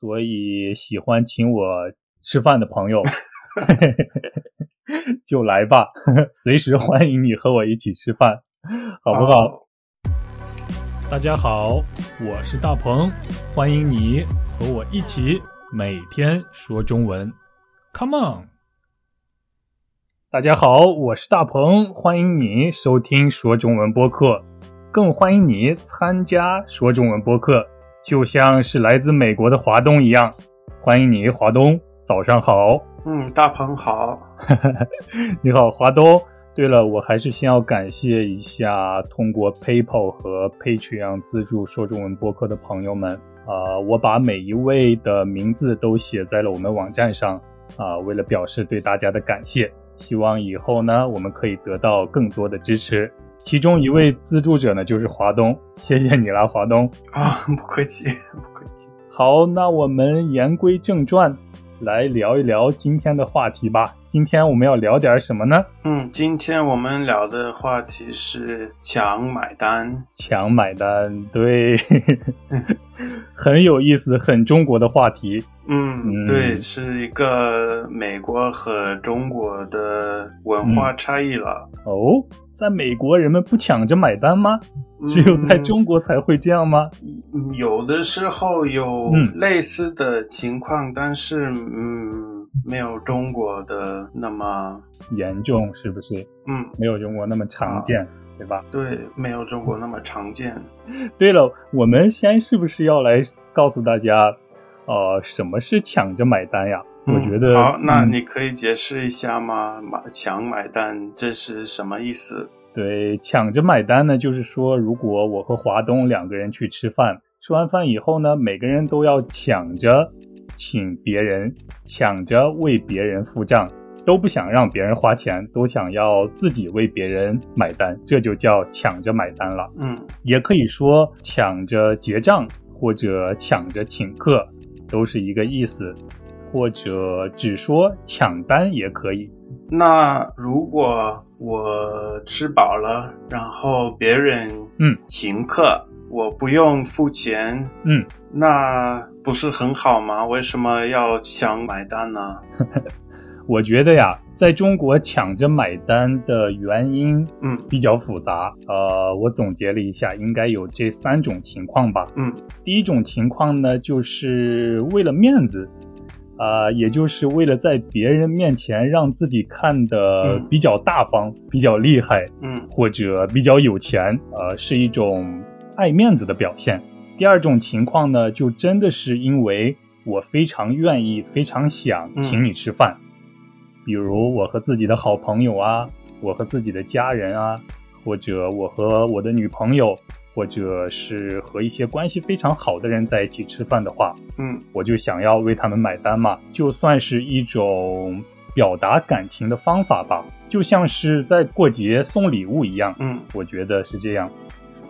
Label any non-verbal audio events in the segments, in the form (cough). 所以喜欢请我吃饭的朋友 (laughs) 就来吧，随时欢迎你和我一起吃饭，好不好？好大家好，我是大鹏，欢迎你和我一起每天说中文，Come on！大家好，我是大鹏，欢迎你收听说中文播客，更欢迎你参加说中文播客，就像是来自美国的华东一样，欢迎你，华东，早上好。嗯，大鹏好， (laughs) 你好，华东。对了，我还是先要感谢一下通过 PayPal 和 Patreon 资助说中文播客的朋友们啊、我把每一位的名字都写在了我们网站上啊、为了表示对大家的感谢，希望以后呢我们可以得到更多的支持。其中一位资助者呢就是华东，谢谢你啦，华东。啊， (laughs) 不客气，不客气。好，那我们言归正传，来聊一聊今天的话题吧。今天我们要聊点什么呢？嗯，今天我们聊的话题是强买单。强买单，对， (laughs) 很有意思，很中国的话题。嗯嗯，对，是一个美国和中国的文嗯化差异了。哦，在美国人们不抢着买单吗？只有在嗯中国才会这样吗？嗯有的时候有嗯类似的情况，但是嗯，没有中国的那么严重是不是？嗯，没有中国那么啊常见，对吧？对，没有中国那么常见。对了，我们先是不是要来告诉大家，呃，什么是抢着买单呀？我觉得，嗯好，那嗯你可以解释一下吗？买强买单这是什么意思？对，抢着买单呢，就是说，如果我和华东两个人去吃饭，吃完饭以后呢，每个人都要抢着请别人，抢着为别人付账，都不想让别人花钱，都想要自己为别人买单，这就叫抢着买单了。嗯也可以说抢着结账或者抢着请客，都是一个意思，或者只说抢单也可以。那如果我吃饱了，然后别人嗯请客，我不用付钱，嗯，那不是很好吗？为什么要想买单呢？我觉得呀，在中国抢着买单的原因嗯比较复杂。呃，我总结了一下，应该有这三种情况吧。嗯第一种情况呢，就是为了面子，啊、也就是为了在别人面前让自己看的嗯比较大方、比较厉害，嗯或者比较有钱，呃，是一种爱面子的表现。第二种情况呢，就真的是因为我非常愿意、非常想嗯请你吃饭，比如我和自己的好朋友啊，我和自己的家人啊，或者我和我的女朋友，或者是和一些关系非常好的人在一起吃饭的话，嗯我就想要为他们买单嘛，就算是一种表达感情的方法吧，就像是在过节送礼物一样，嗯我觉得是这样。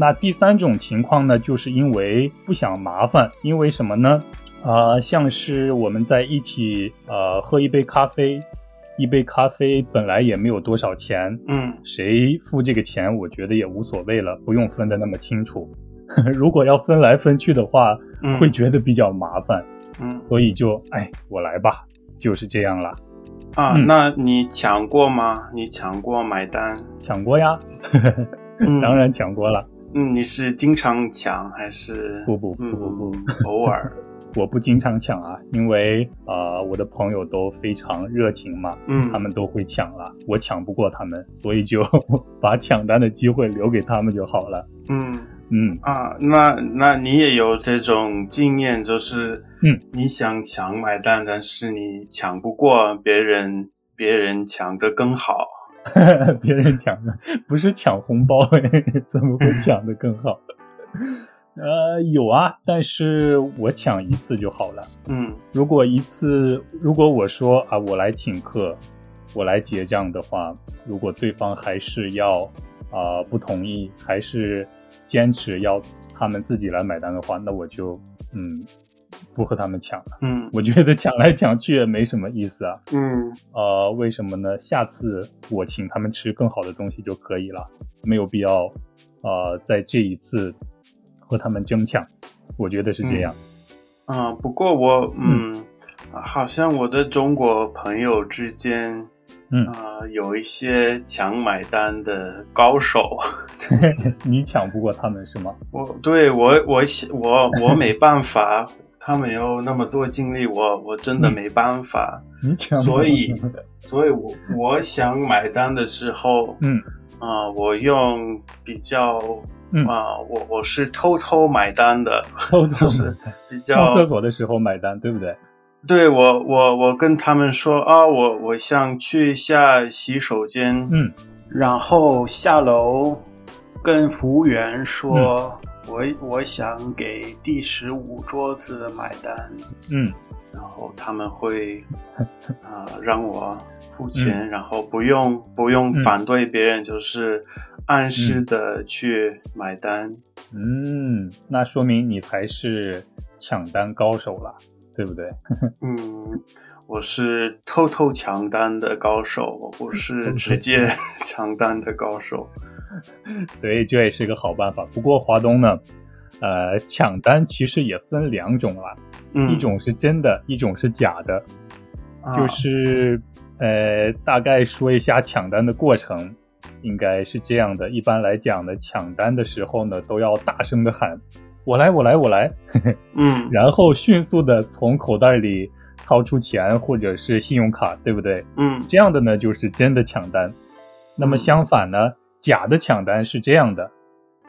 那第三种情况呢，就是因为不想麻烦，因为什么呢？呃，像是我们在一起呃喝一杯咖啡，一杯咖啡本来也没有多少钱，嗯谁付这个钱，我觉得也无所谓了，不用分得那么清楚。 (laughs) 如果要分来分去的话，嗯，会觉得比较麻烦。嗯所以就哎，我来吧，就是这样啦。啊，嗯那你抢过吗？你抢过 (laughs) 买单？抢过呀，嗯当然抢过了。嗯，你是经常抢还是不不不嗯不不，(laughs) 偶尔？我不经常抢啊，因为呃，我的朋友都非常热情嘛，嗯，他们都会抢啦，我抢不过他们，所以就 (laughs) 把抢单的机会留给他们就好了。嗯嗯， (laughs) 啊，那那你也有这种经验，就是嗯，你想抢买单，但是你抢不过别人，别人抢的更好。别人抢的不是抢红包、 (laughs) 嘿，怎么会抢的更好？呃，有啊，但是我抢一次就好了。嗯如果一次，如果我说啊，我来请客，我来结账的话，如果对方还是要啊、不同意，还是坚持要他们自己来买单的话，那我就嗯不和他们抢了。嗯我觉得抢来抢去也没什么意思啊。嗯呃，为什么呢？下次我请他们吃更好的东西就可以了，没有必要啊呃在这一次和他们争抢。我觉得是这样。嗯，不过我嗯，好像我的中国朋友之间，嗯啊、有一些抢买单的高手。你抢不过他们是吗？我对我我喜我我没办法，他们有那么多精力，我我真的没办法。你抢嗯不过所以他们， (laughs) 所以我我想买单的时候，嗯啊、我用比较嗯啊、我我是偷偷买单的，偷偷是比较上厕所的时候买单，对不对？对我，我我跟他们说啊，我我想去一下洗手间，嗯然后下楼跟服务员嗯说，我我想给第十五桌子买单，嗯然后他们 (laughs) 会啊、让我付钱，然后不用不用嗯反对别人，就是暗示的去买单。嗯，那说明你才是抢单高手了，对不对？嗯，我是偷偷抢单的高手，我不是直接抢 (laughs) 单的高手。对，这也是个好办法。不过华东呢，呃，抢单其实也分两种啦，嗯，一种是真的，一种是假的。就啊是呃，大概说一下抢单的过程，应该是这样的。一般来讲呢，抢单的时候呢，都要大声的喊“我来，我来，我来嗯”，然后迅速的从口袋里掏出钱或者是信用卡，对不对？嗯这样的呢，就是真的抢单。那么嗯相反呢，假的抢单是这样的，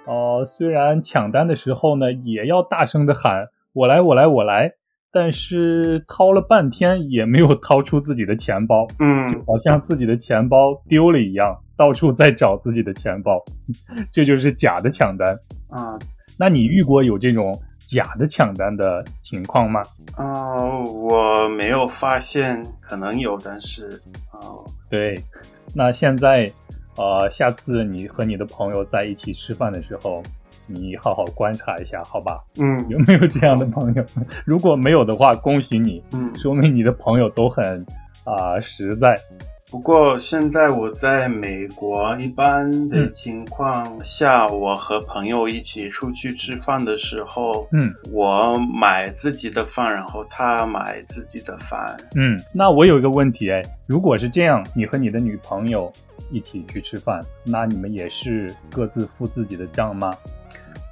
哦、虽然抢单的时候呢，也要大声的喊“我来，我来，我来”，但是掏了半天也没有掏出自己的钱包，就嗯好像自己的钱包丢了一样，到处在找自己的钱包， (laughs) 这就是假的抢单。啊那你遇过有这种假的抢单的情况吗？啊！我没有发现，可能有，但是啊，对，那现在，呃，下次你和你的朋友在一起吃饭的时候，你好好观察一下，好吧？嗯有没有这样的朋友？如果没有的话，恭喜你，嗯。说明你的朋友都很啊、实在。不过现在我在美国，一般的嗯情况下，我和朋友一起出去吃饭的时候，嗯我买自己的饭，然后他买自己的饭。嗯，那我有一个问题哎，如果是这样，你和你的女朋友一起去吃饭，那你们也是各自付自己的账吗？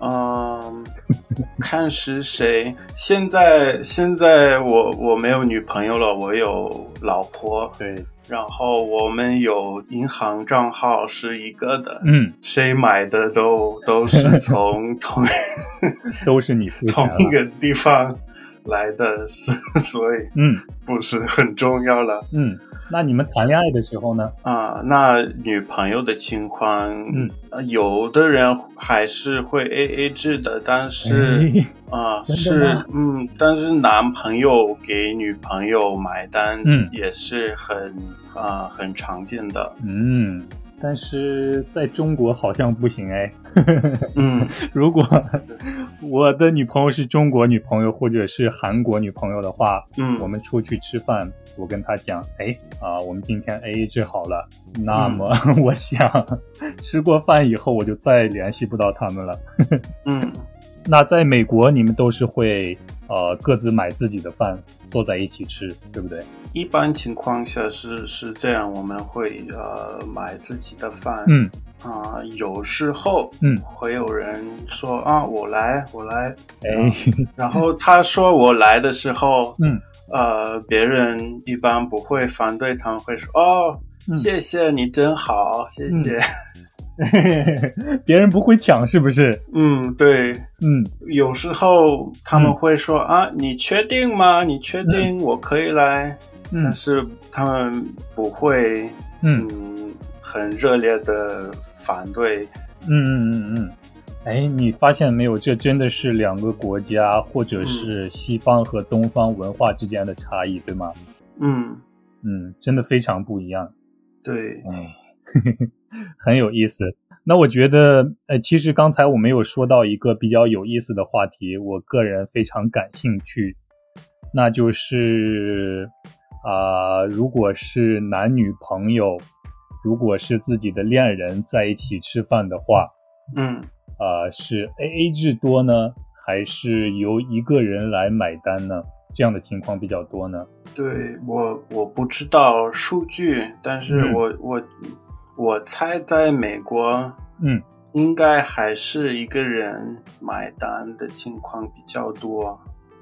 嗯， (laughs) 看是谁。现在现在我我没有女朋友了，我有老婆，对，然后我们有银行账号是一个的，嗯，谁买的 (laughs) 都都是从同都是你付钱同了。一个地方来的，是所 (laughs) 以嗯不是很重要了嗯，那你们谈恋爱的时候呢？啊、那女朋友的情况，嗯呃，有的人还是会 A A 制的，但是。哎啊，真的吗是，嗯，但是男朋友给女朋友买单，嗯也是很啊、很常见的，嗯，但是在中国好像不行哎。嗯如 (laughs) 果我的女朋友是中国女朋友或者是韩国女朋友的话，嗯，我们出去吃饭，我跟她讲，哎啊，我们今天 A A 制好了，那么 (laughs) 嗯我想吃过饭以后我就再联系不到他们了。嗯那在美国，你们都是会呃各自买自己的饭，坐在一起吃，对不对？一般情况下是是这样，我们会呃买自己的饭，嗯啊、有时候嗯，会有人说啊我来我来，啊哎， (laughs) 然后他说我来的时候， (laughs) 嗯呃，别人一般不会反对，他们会说哦。嗯谢谢你，真好，谢谢。别人不会抢是不是？ (laughs) 嗯，对，嗯。有时候他们会说、啊，你确定吗？你确定我可以来？嗯但是他们不会，嗯嗯，很热烈的反对。嗯嗯嗯嗯，哎，你发现没有？这真的是两个国家或者是西方和东方文化之间的差异，对吗？嗯，嗯，真的非常不一样。对，哎， (laughs) 很有意思。那我觉得，呃，其实刚才我们有说到一个比较有意思的话题，我个人非常感兴趣，那就是啊、如果是男女朋友，如果是自己的恋人在一起吃饭的话，嗯呃啊，是 A A 制多呢，还是由一个人来买单呢？这样的情况比较多呢？对我我不知道数据，但是嗯我、我我猜在美国嗯，应该还是一个人买单的情况比较多。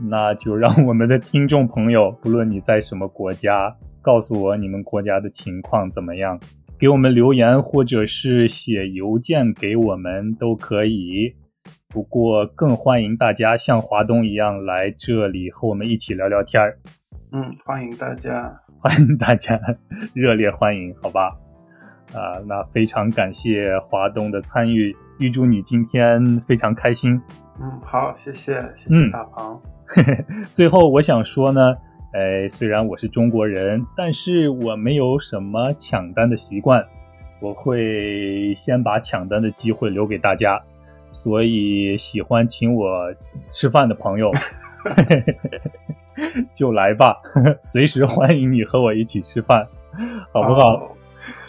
那就让我们的听众朋友，不论你在什么国家，告诉我你们国家的情况怎么样，给我们留言或者是写邮件给我们都可以。不过更欢迎大家像华东一样来这里和我们一起聊聊天儿，嗯，欢迎大家。欢迎大家，热烈欢迎，好吧？ (laughs) 啊、那非常感谢华东的参与，预祝你今天非常开心。 (laughs) 嗯，好，谢谢，谢谢嗯大鹏。最后我想说呢，呃，虽然我是中国人，但是我没有什么抢单的习惯，我会先把抢单的机会留给大家。所以喜欢请我吃饭的朋友， (laughs) 就来吧， (laughs) 随时欢迎你和我一起吃饭，好不好？哦嗯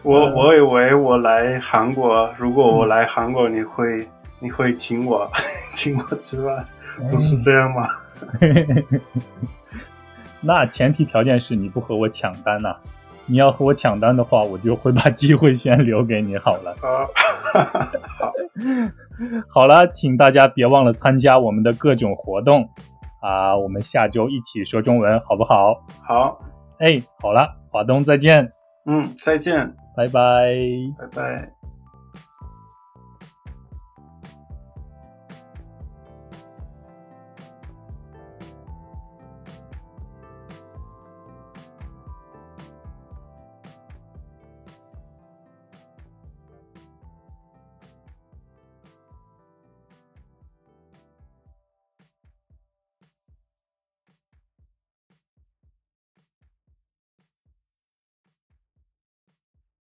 我我以为我来韩国，如果我来韩国，你会你会请我 (laughs) 请我吃饭，不是这样吗？ (laughs) 那前提条件是你不和我抢单呐、你要和我抢单的话，我就会把机会先留给你好了。啊，好了，请大家别忘了参加我们的各种活动啊！我们下周一起说中文，好不好？好，哎，好了，华东再见，嗯，再见，拜拜。拜拜。